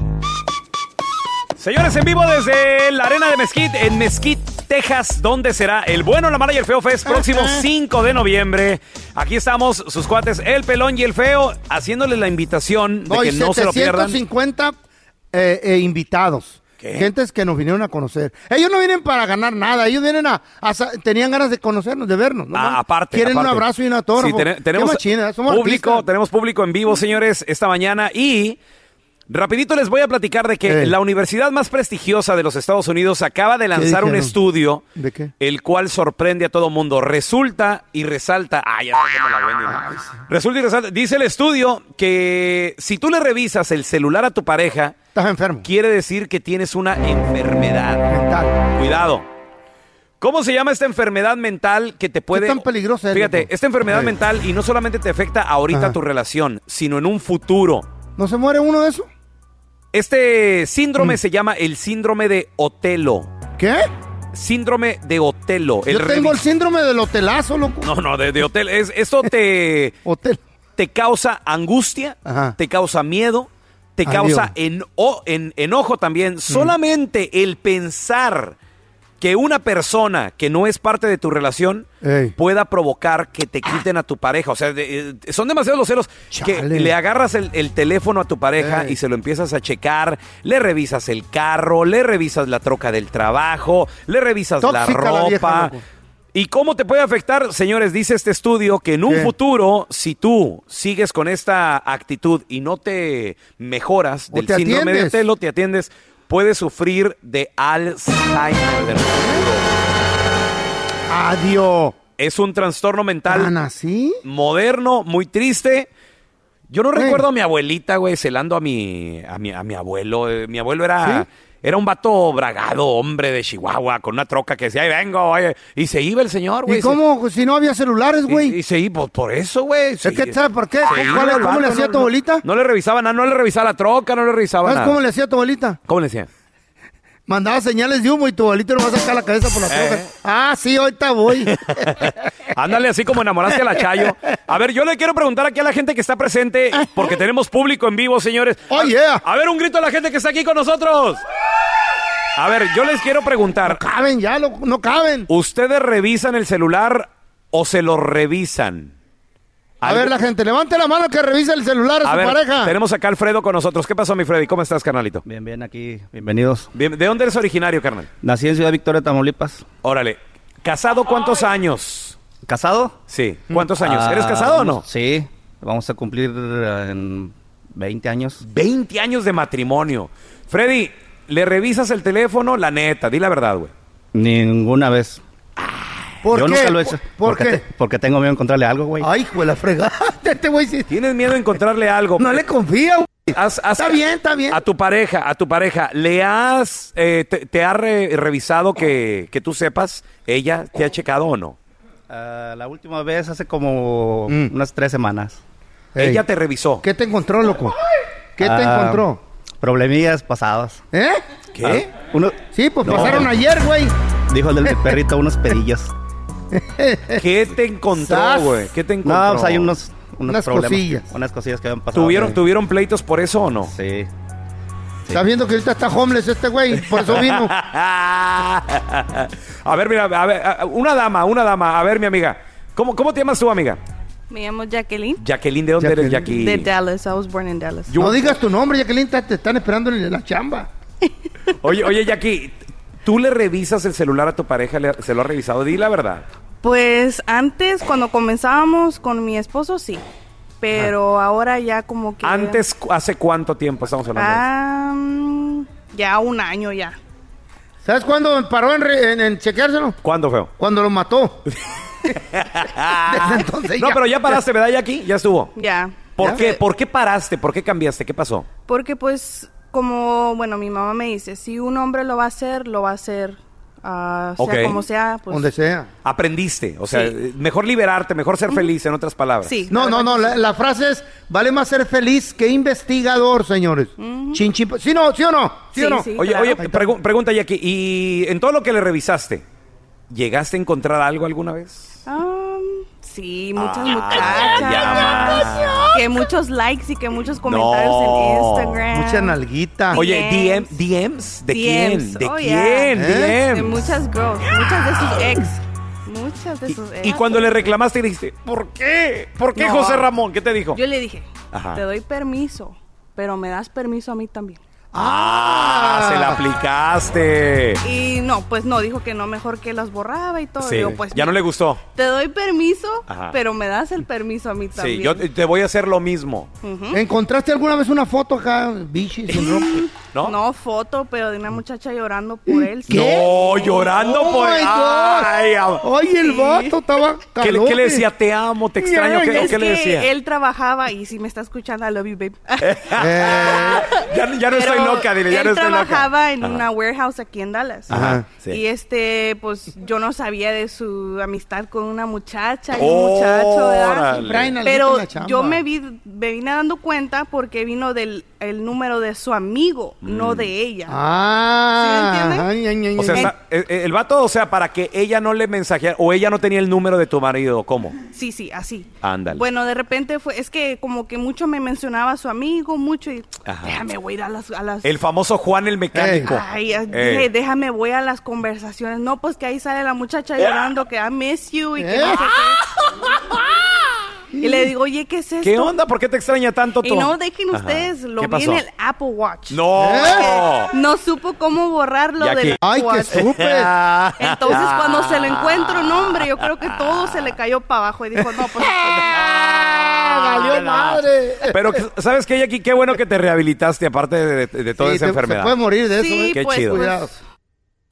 Señores, en vivo desde la arena de Mesquite, en Mesquite, Texas, donde será el bueno, la mala y el feo Fest, próximo 5 de noviembre. Aquí estamos, sus cuates, el pelón y el feo, haciéndoles la invitación de Hoy que no se lo pierdan. 750 eh, eh, invitados. Gentes que nos vinieron a conocer. Ellos no vienen para ganar nada, ellos vienen a, a sa- tenían ganas de conocernos, de vernos. ¿no? Ah, aparte. Quieren aparte. un abrazo y una torre. Sí, tene- tenemos público, tenemos público en vivo, señores, esta mañana y rapidito les voy a platicar de que Eh. la universidad más prestigiosa de los Estados Unidos acaba de lanzar un dijeron? estudio ¿De qué? el cual sorprende a todo mundo. Resulta y resalta. Ah, ya sé cómo la Wendy, ¿no? Ah. Resulta y resalta. Dice el estudio que si tú le revisas el celular a tu pareja, Estás enfermo. quiere decir que tienes una enfermedad. Mental. Cuidado. ¿Cómo se llama esta enfermedad mental que te puede... tan peligrosa es, Fíjate, loco? esta enfermedad Ey. mental y no solamente te afecta ahorita Ajá. tu relación, sino en un futuro. ¿No se muere uno de eso? Este síndrome se llama el síndrome de Otelo. Mm. ¿Qué? Síndrome de Otelo. El Yo tengo revi- el síndrome del hotelazo, loco. No, no, de, de Otelo. Es- esto te, Hotel. te causa angustia, Ajá. te causa miedo, te Ay, Mm. causa eno- en- enojo también. Solamente el pensar que una persona que no es parte de tu relación Ey. pueda provocar que te quiten a tu pareja. O sea, de- eh, son demasiados los celos que Chale. Eh. le agarras el, el teléfono a tu pareja Ey. y se lo empiezas a checar, le revisas el carro, le revisas la troca del trabajo, le revisas la Tóxica la ropa. vieja, loco. ¿Y cómo te puede afectar, señores? Dice este estudio que en un ¿Qué? futuro, si tú sigues con esta actitud y no te mejoras O del te síndrome de atiendes. Otelo, te atiendes, puedes sufrir de Alzheimer. del futuro. Adiós. Es un trastorno mental ¿Tan así? moderno, muy triste. Yo no Güey. recuerdo a mi abuelita, güey, celando a mi, a mi, a mi abuelo. Eh, Mi abuelo era, ¿Sí? era un vato bragado, hombre de Chihuahua, con una troca que decía, ahí vengo, ay", y se iba el señor, Ah, güey. ¿Y se- cómo? Si no había celulares, y- güey. Y, se iba por- por eso, güey. se- Es que, ¿sabes por qué? se ¿Cuál- iba cuál- el ¿Cómo vato, le hacía no- tu abuelita? No, le revisaba nada, no le revisaba la troca, no le revisaba ¿Sabes nada. cómo le hacía tu abuelita? ¿Cómo le decía? Mandaba señales de humo y tu abuelito no va a sacar la cabeza por la Eh. troca. Ah, sí, ahorita voy. Ándale así como enamoraste a la Chayo. A ver, yo le quiero preguntar aquí a la gente que está presente, porque tenemos público en vivo, señores. Oh, yeah. A ver, un grito a la gente que está aquí con nosotros. A ver, yo les quiero preguntar, caben ya, loco, no caben. ¿ustedes revisan el celular o se lo revisan? A ver, la gente, levante la mano que revisa el celular a, A su ver, pareja. tenemos acá a Alfredo con nosotros. ¿Qué pasó, mi Freddy? ¿Cómo estás, carnalito? Bien, bien, aquí, bienvenidos. Bien, ¿De dónde eres originario, carnal? Nací en Ciudad Victoria, Tamaulipas. Órale. ¿Casado cuántos años? ¿Casado? Sí. ¿Cuántos años? Ah, ¿Eres casado o no? vamos- Sí, vamos a cumplir eh, en 20 años. 20 años de matrimonio. Freddy, ¿le revisas el teléfono? La neta, di la verdad, güey. Ninguna vez. ¿Por Yo qué? nunca lo he hecho. ¿Por porque qué? te- porque tengo miedo de encontrarle algo, güey. Ay, hijo de la fregada. Este güey sí- ¿Tienes miedo de encontrarle algo? No le confía, güey. Haz- haz- Está bien, está bien. A tu pareja, a tu pareja, ¿le has, eh, te, te ha re- revisado que, que tú sepas? ¿Ella te ha checado o no? Ah, la última vez hace como Mm. unas tres semanas. Ey, Ella te revisó. ¿Qué te encontró, loco? ¿Qué te Ah, encontró? problemillas pasadas. ¿Eh? Ah, uno- Sí, pues No. pasaron ayer, güey. dijo el del perrito, unos pedillos. ¿Qué te encontró, Sas. güey? ¿Qué te encontró? No, pues hay unos, unos Unas problemas, cosillas. Unas cosillas que habían pasado. ¿Tuvieron, sí. ¿Tuvieron pleitos por eso o no? Sí. Estás viendo que ahorita está homeless este güey, por eso vino. a ver, mira, a ver, a- una dama, una dama. A ver, mi amiga. ¿Cómo, cómo te llamas tú, amiga? Me llamo Jacqueline. Jacqueline, ¿de dónde eres, Jackie? De Dallas. I was born in Dallas. Yo- No digas tu nombre, Jacqueline, te, te están esperando en la chamba. Oye, oye, Jackie, ¿tú le revisas el celular a tu pareja? ¿Le- ¿Se lo ha revisado? Di la verdad. Pues antes, cuando comenzábamos con mi esposo, sí. Pero ahora ya como que... Ah. Antes, cu- ¿hace cuánto tiempo estamos hablando? de esto? Ah, mm, ya un año ya. ¿Sabes cuándo paró en, re- en- en chequeárselo? ¿Cuándo fue? Cuando lo mató. Ah. Desde entonces No, ya- pero ya paraste, ¿verdad, Jackie? Ya estuvo. Ya. ¿Por Ya. qué? ¿Por qué paraste? ¿Por qué cambiaste? ¿Qué pasó? Porque pues, como, bueno, mi mamá me dice, si un hombre lo va a hacer, lo va a hacer. ah, sea Ok. como sea, pues... Donde sea. Aprendiste. O sea, Sí. mejor liberarte, mejor ser feliz, en otras palabras. Sí. No, no, no, la, la frase es, vale más ser feliz que investigador, señores. Chin, chin, pa- ¿Sí, no, ¿Sí o no? ¿Sí, Mm. o Sí, no? sí. Oye, claro. oye, pregu- pregunta Jackie, y en todo lo que le revisaste, ¿llegaste a encontrar algo alguna vez? Ah, sí, muchas Ah, muchachas. Que muchos likes y que muchos comentarios No. en Instagram. Mucha nalguita. Oye, DM, DMs. DMs, ¿de quién? DMs, ¿De oh, quién? yeah. ¿Eh? De DMs. muchas girls, muchas de sus ex. Muchas de sus ex. Y, y cuando le reclamaste dijiste, ¿por qué? ¿Por qué Eh, No. José Ramón? ¿Qué te dijo? Ah. Yo le dije, Ajá. te doy permiso, pero me das permiso a mí también. Ah, se la aplicaste. Y no, pues no, dijo que no, mejor que las borraba y todo. Sí, Digo, pues, ya no le gustó. Te doy permiso, Ajá. pero me das el permiso a mí también. Sí, yo te te voy a hacer lo mismo, ¿Encontraste alguna vez una foto acá, bichi, sin ropa? ¿no? No foto, pero de una muchacha llorando por él. sí. No, llorando Oh por... my God. Ay, am- Oye, el Sí. vato estaba ¿Qué, le- calote. qué le decía? Te amo, te extraño. ¿Qué, Es qué le que decía? él trabajaba y si me está escuchando, I love you, babe. Eh, Ya, ya Pero no estoy loca, dile, ya él no estoy loca. trabajaba en Ajá. una warehouse aquí en Dallas. Ajá, sí. Y este, pues yo no sabía de su amistad con una muchacha y un muchacho, ¿verdad? Oh, Órale. Brian, alguito en Pero la chamba. yo me, vi, me vine dando cuenta porque vino del el número de su amigo, no de ella. Ah. ¿Sí me entiende? ay, ay, ay, Mm. O sea, ay. está- eh, eh, el vato, o sea, para que ella no le mensajeara, o ella no tenía el número de tu marido, ¿cómo? Sí, sí, así. Ándale. Bueno, de repente fue, es que como que mucho me mencionaba a su amigo, mucho y Ajá. déjame voy a ir a las... A las El famoso Juan el mecánico. Ay, ya- Eh. dije, déjame, voy a las conversaciones. No, pues que ahí sale la muchacha llorando que I miss you ¿Eh? y que no sé qué. Y le digo, oye, ¿qué es esto? ¿Qué onda? ¿Por qué te extraña tanto tú? Y no, dejen Ajá. ustedes, lo ¿Qué vi pasó? en el Apple Watch. ¡No! Eh, No supo cómo borrarlo Ya que- del Apple Ay, qué Watch. súper. Entonces, cuando se lo encuentro, no, hombre, yo creo que todo se le cayó para abajo. Y dijo, no, pues... Ah, valió madre. Pero, ¿sabes qué, Jackie? Qué bueno que te rehabilitaste, aparte de, de- de toda Sí, esa te- enfermedad. Se puede morir de eso, Sí, ¿eh? Qué pues, chido. pues, Cuidado.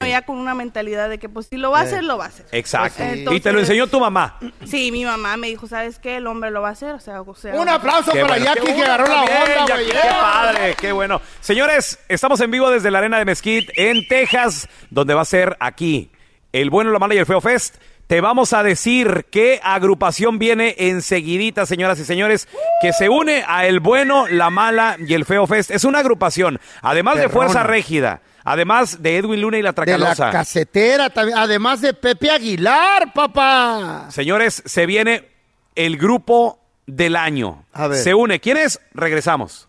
ya con una mentalidad de que, pues, si Eh. lo va a hacer, lo va a hacer. Exacto. Pues, Y te lo entonces- enseñó tu mamá. Sí, mi mamá me dijo, ¿sabes qué? El hombre lo va a hacer, o sea... O sea Un aplauso Qué para bueno. Jackie Qué que bueno agarró la también, onda, Jackie, güey. ¿eh? Qué padre, qué bueno. Señores, estamos en vivo desde la Arena de Mesquite en Texas, donde va a ser aquí el bueno, la mala y el feo fest. Te vamos a decir qué agrupación viene enseguidita, señoras y señores, que se une a El Bueno, la Mala y el Feo Fest. Es una agrupación, además de Perrona. Fuerza Régida, además de Edwin Luna y la De la Tracalosa. casetera también. Además de Pepe Aguilar, papá. Señores, se viene el grupo del año. A ver. Se une. ¿Quién es? Regresamos.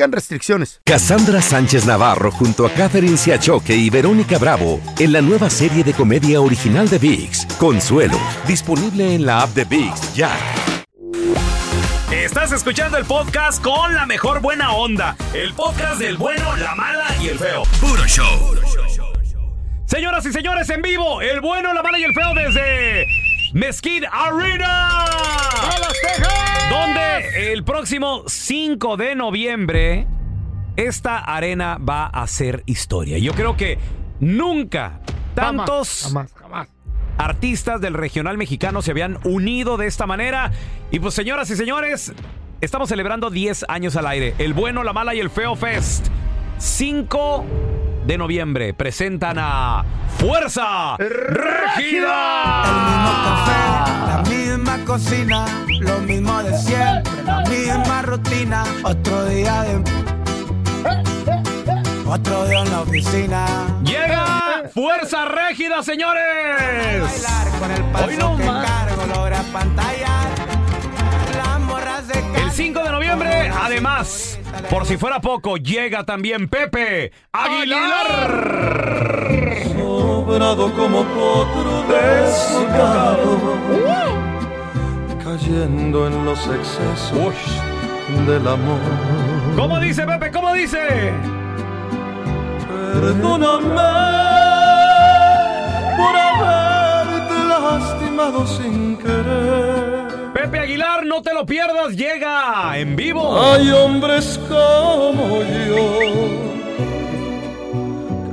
restricciones. Cassandra Sánchez Navarro junto a Catherine Siachoque y Verónica Bravo en la nueva serie de comedia original de VIX, Consuelo, disponible en la app de VIX ya. Estás escuchando el podcast con la mejor buena onda. El podcast del bueno, la mala y el feo. Puro show. Señoras y señores, en vivo, el bueno, la mala y el feo desde Mesquite Arena. Donde el próximo 5 de noviembre Esta arena va a ser historia. Yo creo que nunca tantos artistas del regional mexicano se habían unido de esta manera. Y pues señoras y señores, estamos celebrando 10 años al aire. El bueno, la mala y el feo fest. 5 de noviembre presentan a Fuerza Regida. La misma cocina, lo mismo de siempre, la misma rutina, otro día de... Otro día en la oficina. Llega Fuerza Régida, señores. Hoy no más. El 5 de noviembre, además, por si fuera poco, llega también Pepe Aguilar. Sobrado como potro desocado, cayendo en los excesos del amor. ¿Cómo dice Pepe? ¿Cómo dice? Perdóname por haberte lastimado sin querer. Pepe Aguilar, no te lo pierdas, llega en vivo. Hay hombres como yo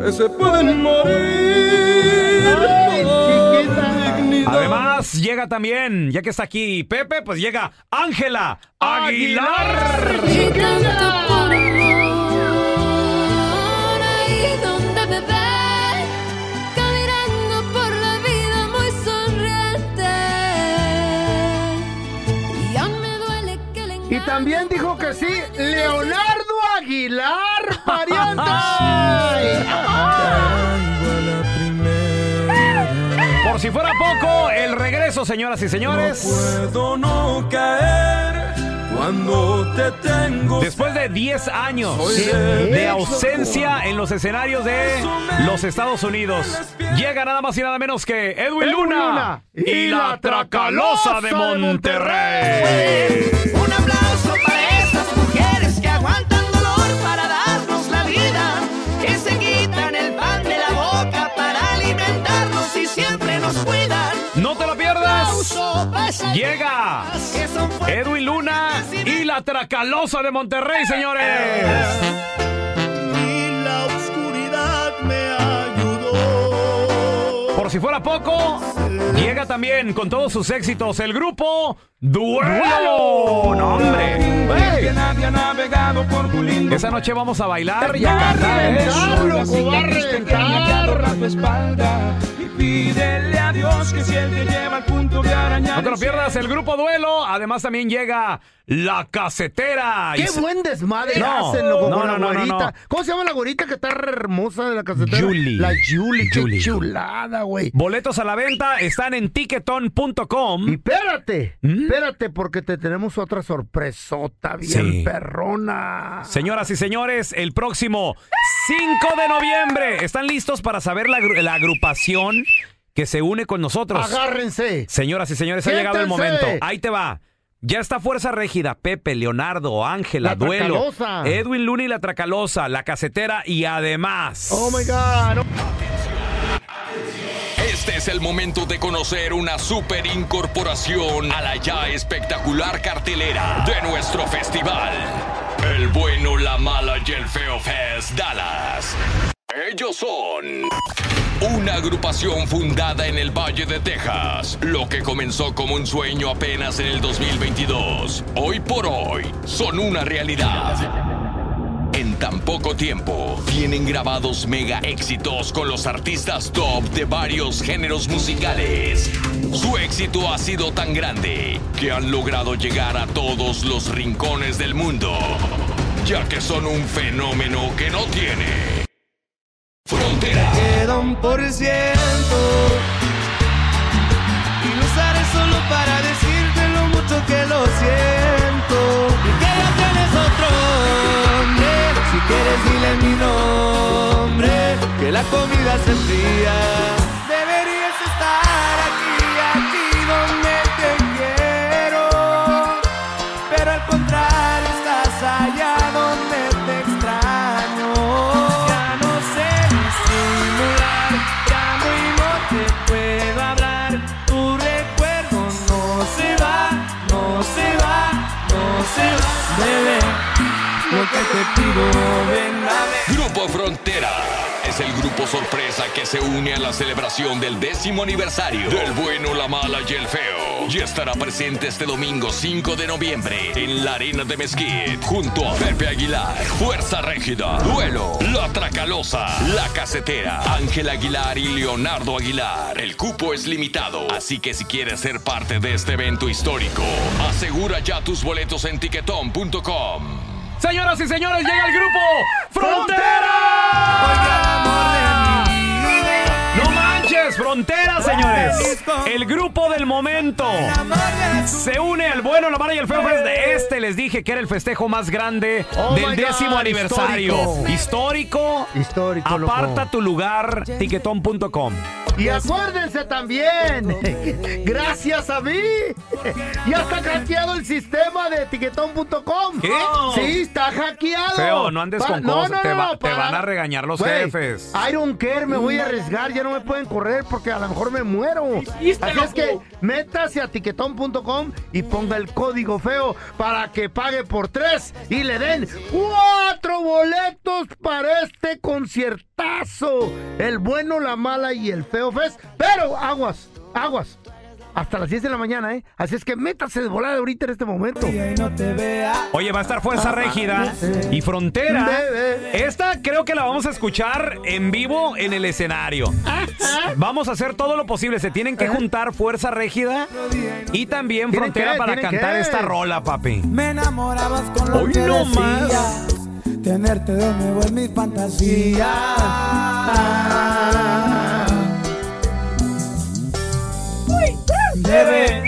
que se pueden morir por dignidad. Además, llega también, ya que está aquí Pepe, pues llega Ángela Aguilar. Y canto por amor, ahí donde me ven, caminando por la vida muy sonriente. Y aún me duele que le Y también dijo que sí, Leonardo Aguilar, pariente. Por si fuera poco, el regreso, señoras y señores. Puedo no caer cuando te tengo. Después de 10 años Soy el de ex ausencia en los escenarios de los Estados Unidos, llega nada más y nada menos que Edwin Luna y la Tracalosa de Monterrey. Un aplauso para esas mujeres que aguantan dolor para darnos la vida, que se quitan el pan de la boca para alimentarnos y siempre nos cuidan. No te lo pierdas. Aplauso para esas Llega que son fuertes. Edwin Luna y la Tracalosa de Monterrey, señores. Y la oscuridad me ayudó. Por si fuera poco, llega también con todos sus éxitos el grupo Duelo. ¡No, hombre! Que nadie ha navegado por tu lindo. Esa noche vamos a bailar y a cantar, ¿eh? loco, va a reventar. tu espalda y pídele a Dios que si él te lleva al punto de arañar No te lo pierdas, el grupo Duelo. Además, también llega La Casetera. Y Qué se- buen desmadre No, hacen, loco, no, con no, no, la no, güerita. no. ¿Cómo se llama la güerita que está re hermosa de la casetera? Julie. La Julie, qué Julie. chulada, güey. Boletos a la venta están en tiquetón.com. Y espérate, ¿Mm? espérate, porque te tenemos otra sorpresota bien Sí. perrona. Señoras y señores, el próximo 5 de noviembre. ¿Están listos para saber la, agru- la agrupación que se une con nosotros? Agárrense. Señoras y señores, ha llegado el Siéntense. momento. Ahí te va. Ya está Fuerza Régida, Pepe, Leonardo, Ángela, La Duelo, Tracalosa. Edwin Luna y la Tracalosa, la Casetera y además. Oh my God. Este es el momento de conocer una super incorporación a la ya espectacular cartelera de nuestro festival. El bueno, la mala y el feo Fest Dallas. Ellos son una agrupación fundada en el Valle de Texas, lo que comenzó como un sueño apenas en el 2022. Hoy por hoy son una realidad. En tan poco tiempo, tienen grabados mega éxitos con los artistas top de varios géneros musicales. Su éxito ha sido tan grande que han logrado llegar a todos los rincones del mundo, ya que son un fenómeno que no tiene frontera. Queda un por ciento y lo usaré solo para decirte lo mucho que lo siento y que ya tienes otro hombre si quieres dile mi nombre que la comida se enfría deberías estar aquí aquí donde te quiero pero al contrario estás allá donde te extraño. Ya no sé disimular, ya mismo te puedo hablar. Tu recuerdo no se va, no se va, no se va, bebé. Lo que te contigo, ven a ver. Grupo Frontera es el grupo sorpresa que se une a la celebración del décimo aniversario del bueno, la mala y el feo. Y estará presente este domingo 5 de noviembre en la Arena de Mesquite junto a Pepe Aguilar, Fuerza Régida, Duelo, La Tracalosa, La Casetera, Ángel Aguilar y Leonardo Aguilar. El cupo es limitado, así que si quieres ser parte de este evento histórico, asegura ya tus boletos en tiquetón.com. Señoras y señores, llega el grupo Frontera. No manches, Frontera, señores. El grupo del momento. Se une al bueno, la mala y el feo Fest de este. Les dije que era el festejo más grande Oh my del décimo God, aniversario. Histórico. Histórico. Aparta loco. tu lugar, tiquetón.com. Y acuérdense también, gracias a mí, ya está hackeado el sistema de tiquetón.com. ¿Qué? Sí, está hackeado. Feo, no andes Pa- con cosas, te va- te van a regañar los Güey, jefes. I don't care, me voy a arriesgar, ya no me pueden correr porque a lo mejor me muero. hiciste, Así es que loco? métase a tiquetón.com y ponga el código feo para que pague por tres y le den cuatro boletos para este conciertazo. El bueno, la mala y el feo fest. Pero aguas, aguas. Hasta las 10 de la mañana, ¿eh? Así es que métase de volada ahorita en este momento. Oye, va a estar Fuerza Régida y Frontera. Esta creo que la vamos a escuchar en vivo en el escenario. Vamos a hacer todo lo posible. Se tienen que juntar Fuerza Régida y también Tienen Frontera que, para tienen cantar que. esta rola, papi. Me enamorabas con lo Hoy que no más. decías. Tenerte de nuevo en mis fantasías. Debe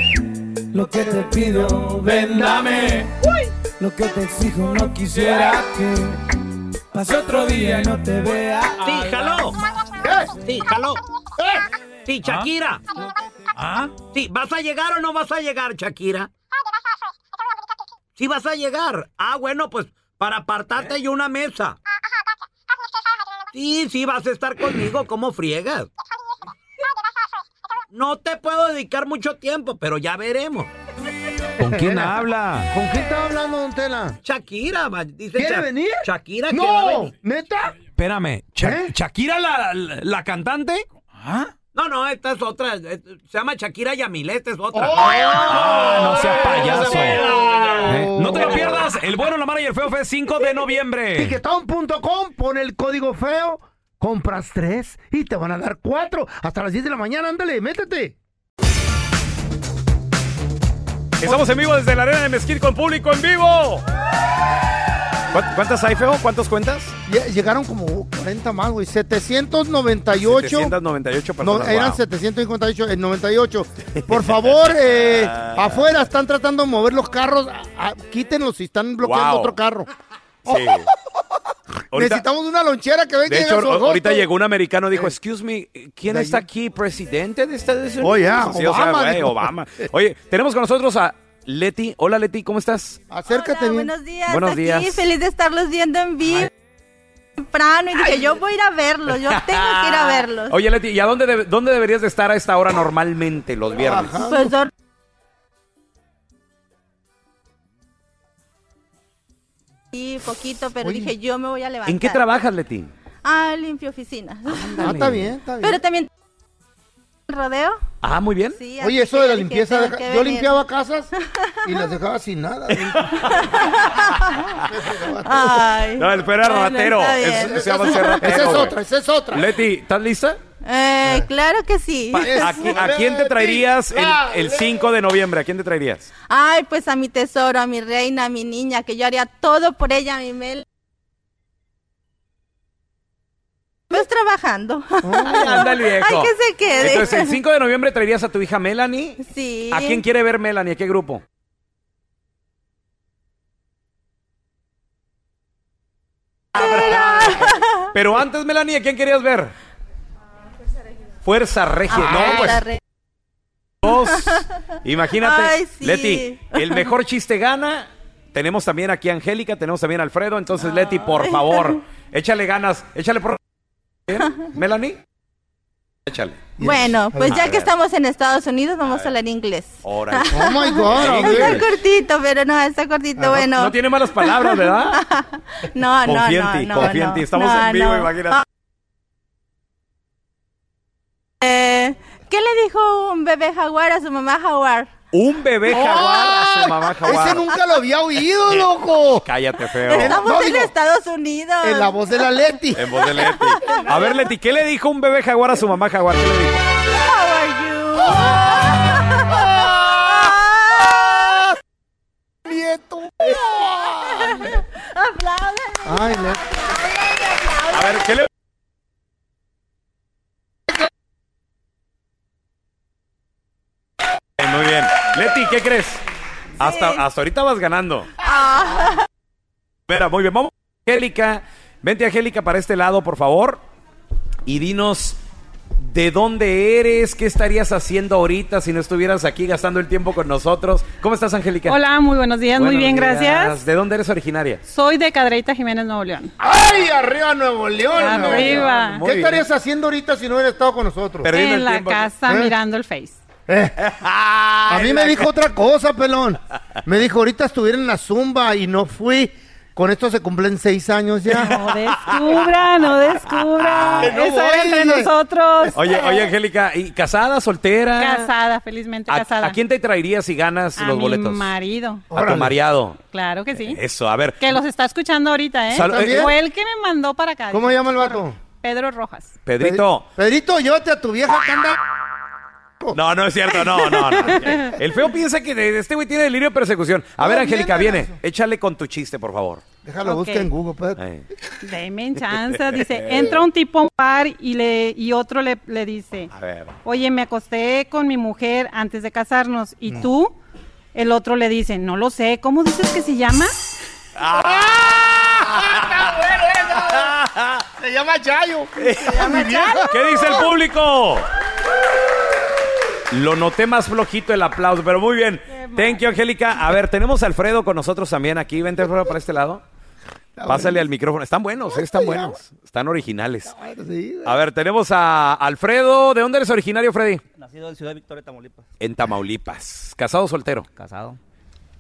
lo que te pido, véndame. Lo que te exijo, no quisiera que pase otro día y no te vea. ¡Tíjalo! ¡Tíjalo! ¿Eh? ¡Sí, Shakira! ¿Ah? Sí, ¿vas a llegar o no vas a llegar, Shakira? Sí, vas a llegar. Ah, bueno, pues para apartarte hay una mesa. Sí, sí, vas a estar conmigo, ¿cómo friegas? No te puedo dedicar mucho tiempo, pero ya veremos. ¿Con quién habla? ¿Con quién está hablando, don Tela? Shakira, ma- dice ¿Quiere Sha- venir? Shakira, que va a ¡No! venir. ¿Neta? ¿Eh? Espérame, Sha- ¿Shakira la, la- la cantante? ¿Ah? No, no, esta es otra. eh, Se llama Shakira Yamile, esta es ¡Oh! otra. Ah, no seas payaso. Eh, Eh, No te lo pierdas. El bueno, la mala y el feo fue 5 de Eh. noviembre. Tiquetón.com, pon el código feo, compras tres y te van a dar cuatro. Hasta las 10 de la mañana, ándale, métete. Estamos en vivo desde la arena de Mezquil con público en vivo. ¿Cuántas hay, Feo? ¿Cuántas cuentas? Lle- Llegaron como 40 más, güey. 798. 798 personas, No, eran wow. 758, el 98. Por favor, eh, afuera están tratando de mover los carros. a- a- quítenlos si están bloqueando Wow. otro carro. Sí. Ahorita, Necesitamos una lonchera que venga. de y haga hecho, Oh, su ahor- ahorita agosto. Eh, llegó un americano dijo, excuse me, ¿quién De está ahí. aquí? ¿Presidente de Estados Unidos? Oh, yeah, Sí, o sea, Obama, güey, dijo. Obama. Oye, tenemos con nosotros a Leti. Hola, Leti, ¿cómo estás? Acércate bien. Buenos días. Buenos aquí, días. feliz de estarlos viendo en vivo. Temprano y dije, yo voy a ir a verlos, yo tengo que ir a verlos. Ah. Oye, Leti, ¿y a dónde, deb- dónde deberías de estar a esta hora normalmente los viernes? Pues dor- Sí, poquito, pero Oye. dije, yo me voy a levantar. ¿En qué trabajas, Leti? Ah, limpio oficinas. Ah, está bien, está bien. Pero también rodeo. Ah, muy bien. Sí, así Oye, eso que de la yo dije, limpieza. tengo deja- que Yo venir. limpiaba casas y las dejaba sin nada. Ay. No, el Feo era Bueno, ratero. está bien. Es- se llama ser ratero, Esa es güey. otra, esa es otra. Leti, ¿estás lista? Eh, claro que sí. Pa- ¿A, qui- a quién te traerías el, el 5 de noviembre? ¿A quién te traerías? Ay, pues a mi tesoro, a mi reina, a mi niña, que yo haría todo por ella, mi Mel. Pues trabajando. Anda el viejo. Ay, que se quede. Entonces, el 5 de noviembre traerías a tu hija Melanie. Sí. ¿A quién quiere ver Melanie? ¿A qué grupo? Pero antes, Melanie, ¿a quién querías ver? Fuerza Regia. Ay, No, pues. la re- Dos. Imagínate. Ay, sí. Leti, el mejor chiste gana. Tenemos también aquí a Angélica, tenemos también a Alfredo. Entonces, Leti, por favor, échale ganas, échale por. ¿Bien? ¿Melanie? Échale. Bueno, pues A ya que ver. estamos en Estados Unidos, vamos a hablar inglés. Órale. Oh my God, a está ver. cortito, pero no, está cortito, Ah, no- bueno. no tiene malas palabras, ¿verdad? no, no, Confía en no, ti, no, confía en no, ti. Estamos no, en vivo, no. imagínate. Eh, ¿Qué le dijo un bebé jaguar a su mamá jaguar? Un bebé jaguar a su mamá jaguar. Eh, Ese nunca lo había oído, loco. Cállate, feo. Estamos en Estados Unidos. En la voz de la Leti. En voz de Leti. A ver, Leti, ¿qué le dijo un bebé jaguar a su mamá jaguar? ¿Qué le dijo? ¡Ah! Nieto. Aplaude. Ay, no. A ver, ¿qué le... Eh, Muy bien. Leti, ¿qué crees? Hasta, hasta ahorita vas ganando. Ah. Espera, muy bien. Vamos, Angélica. Vente, Angélica, para este lado, por favor. Y dinos de dónde eres, qué estarías haciendo ahorita si no estuvieras aquí gastando el tiempo con nosotros. ¿Cómo estás, Angélica? Hola, muy buenos días, muy Buenos bien, días. gracias. ¿De dónde eres originaria? Soy de Cadreita Jiménez, Nuevo León. ¡Ay, arriba Nuevo León! Arriba. ¿Qué estarías haciendo ahorita si no hubieras estado con nosotros? en la casa ¿Eh? mirando el Face. A mí me dijo otra cosa, pelón. Me dijo, ahorita estuviera en la zumba y no fui. Con esto se cumplen seis años ya. No descubra, no descubra. Que no Eso era voy. entre nosotros. Oye, oye, Angélica, ¿y casada, soltera? Casada, felizmente ¿A, casada. a quién te traerías si ganas A los mi boletos? marido. A tu mareado. Claro que sí. Eso, a ver. Que los está escuchando ahorita, ¿eh? Sal- ¿También? Fue el que me mandó para acá. ¿Cómo llama el vato? Pedro Rojas. Pedrito. Pedrito, llévate a tu vieja que anda. No, no es cierto, no, no, no. El feo piensa que de- este güey tiene delirio de persecución. A ver, Angélica, viene. Échale con tu chiste, por favor. Déjalo, Ok. busca en Google, pues. espérate. Ahí. Deme chance. Dice, entra un tipo a un bar y, le, y otro le, le dice, A ver. oye, me acosté con mi mujer antes de casarnos. ¿Y Mm. tú? El otro le dice, no lo sé. ¿Cómo dices que se llama? Ah, Se llama Chayo. Se llama Eh, ¿Qué dice el público? Lo noté más flojito el aplauso, pero muy bien. Thank you, Angélica. A ver, tenemos a Alfredo con nosotros también aquí. Vente, Alfredo, para este lado. Pásale al micrófono. Están buenos, eh, están buenos. Están originales. A ver, tenemos a Alfredo. ¿De dónde eres originario, Freddy? Nacido en Ciudad Victoria, Tamaulipas. En Tamaulipas. ¿Casado o soltero? Casado.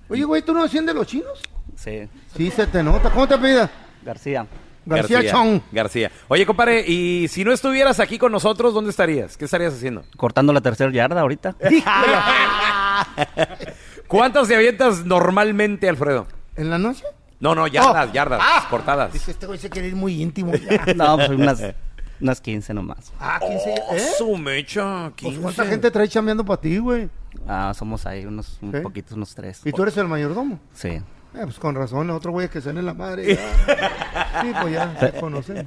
Oye, güey, ¿tú no desciendes de los chinos? Sí. Sí, se te nota. ¿Cómo te pidas? García. García Chong. García. Oye, compadre, y si no estuvieras aquí con nosotros, ¿dónde estarías? ¿Qué estarías haciendo? Cortando la tercera yarda ahorita. ¿Cuántas te avientas normalmente, Alfredo? ¿En la noche? No, no, yardas, Oh. yardas, Ah. cortadas. Dice, este güey se quiere ir muy íntimo. ya. No, pues unas, unas 15 nomás. Ah, 15. ¿eh? Oh, Su mecha, Pues, 15. ¿Cuánta gente trae chambeando para ti, güey? Ah, somos ahí unos un ¿Sí? poquitos, unos tres. ¿Y tú eres el mayordomo? Sí. Eh, pues con razón, el otro güey que se en la madre. ya. Sí, pues ya se conocen.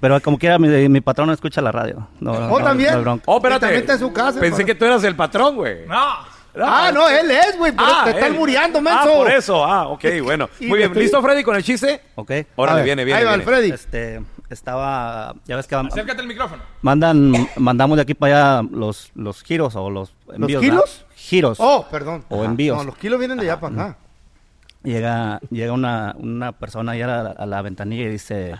Pero como quiera, mi, mi patrón no escucha la radio. No, no, ¿Oh, también? no hay bronca. Oh, espérate. Y también está en su casa, Pensé padre. que tú eras el patrón, güey. No. Ah, no, él es, güey, pero te están él. muriendo, Ah, menso. por eso. Ah, ok, bueno. Y Muy me bien. estoy- ¿Listo, Freddy, con el chiste? Ok. Órale, viene, viene. viene. Este, estaba, ya ves que van- Acércate al micrófono. mandan, mandamos de aquí para allá los, los giros o los envíos. ¿verdad? kilos? Giros. Oh, perdón. O Ajá. envíos. No, los kilos vienen de allá para acá. Llega, llega una, una persona ahí a la, a la ventanilla y dice,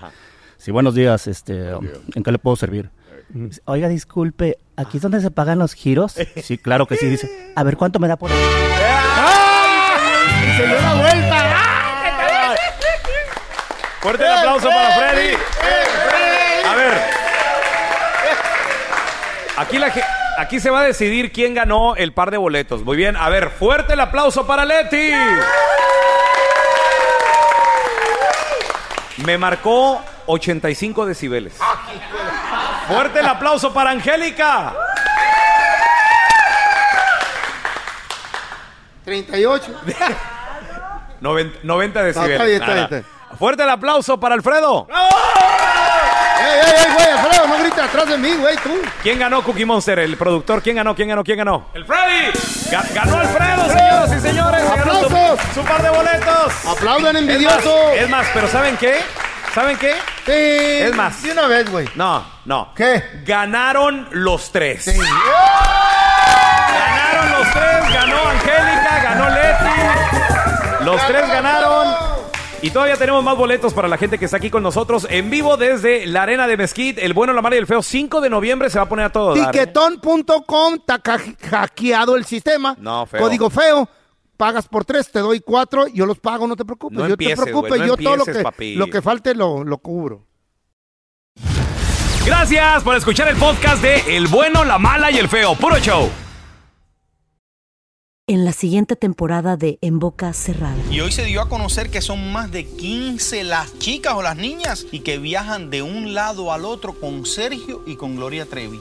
sí, buenos días, Mm. este, ¿en qué le puedo servir? Dice, Oiga, disculpe, ¿aquí es donde se pagan los giros? Sí, claro que sí, dice, a ver, ¿cuánto me da por ahí? ¡Ay! Se dio la vuelta. Fuerte el ¡Eh, aplauso para Freddy. A ver. Aquí, la, ge- aquí se va a decidir quién ganó el par de boletos. Muy bien. A ver, fuerte el aplauso para Leti. Me marcó 85 decibeles. Fuerte el aplauso para Angélica. 38. 90, 90 decibeles. está bien, está bien, está Nada. Fuerte el aplauso para Alfredo. ¡Ey, ey, ey, güey! Alfredo, no grites atrás de mí, güey, tú. ¿Quién ganó Cookie Monster? El productor, ¿quién ganó? ¿Quién ganó? ¿Quién ganó? ¡El Freddy! ganó Alfredo, señoras y señores. Se ganó su- ¡Aplausos! Su, par de boletos. ¡Aplaudan, Es envidioso! más, es más, pero ¿saben qué? ¿Saben qué? Sí. Es más. De una vez, güey. No, no. ¿Qué? Ganaron los tres. Ganaron los tres, ganó Angélica, ganó Leti. Los tres ganaron. Y todavía tenemos más boletos para la gente que está aquí con nosotros en vivo desde la Arena de Mezquite. El bueno, la mala y el feo. 5 de noviembre se va a poner a todo. dar, ¿eh? Tiquetón.com está ca- hackeado el sistema. No, feo. Código feo. Pagas por tres, te doy cuatro, yo los pago, no te preocupes. No yo empieces, te güey, preocupes, no yo todo lo empieces, que, papi. lo que falte lo, lo cubro. Gracias por escuchar el podcast de El bueno, la mala y el feo. Puro show. En la siguiente temporada de En Boca Cerrada. Y hoy se dio a conocer que son más de 15 las chicas o las niñas y que viajan de un lado al otro con Sergio y con Gloria Trevi.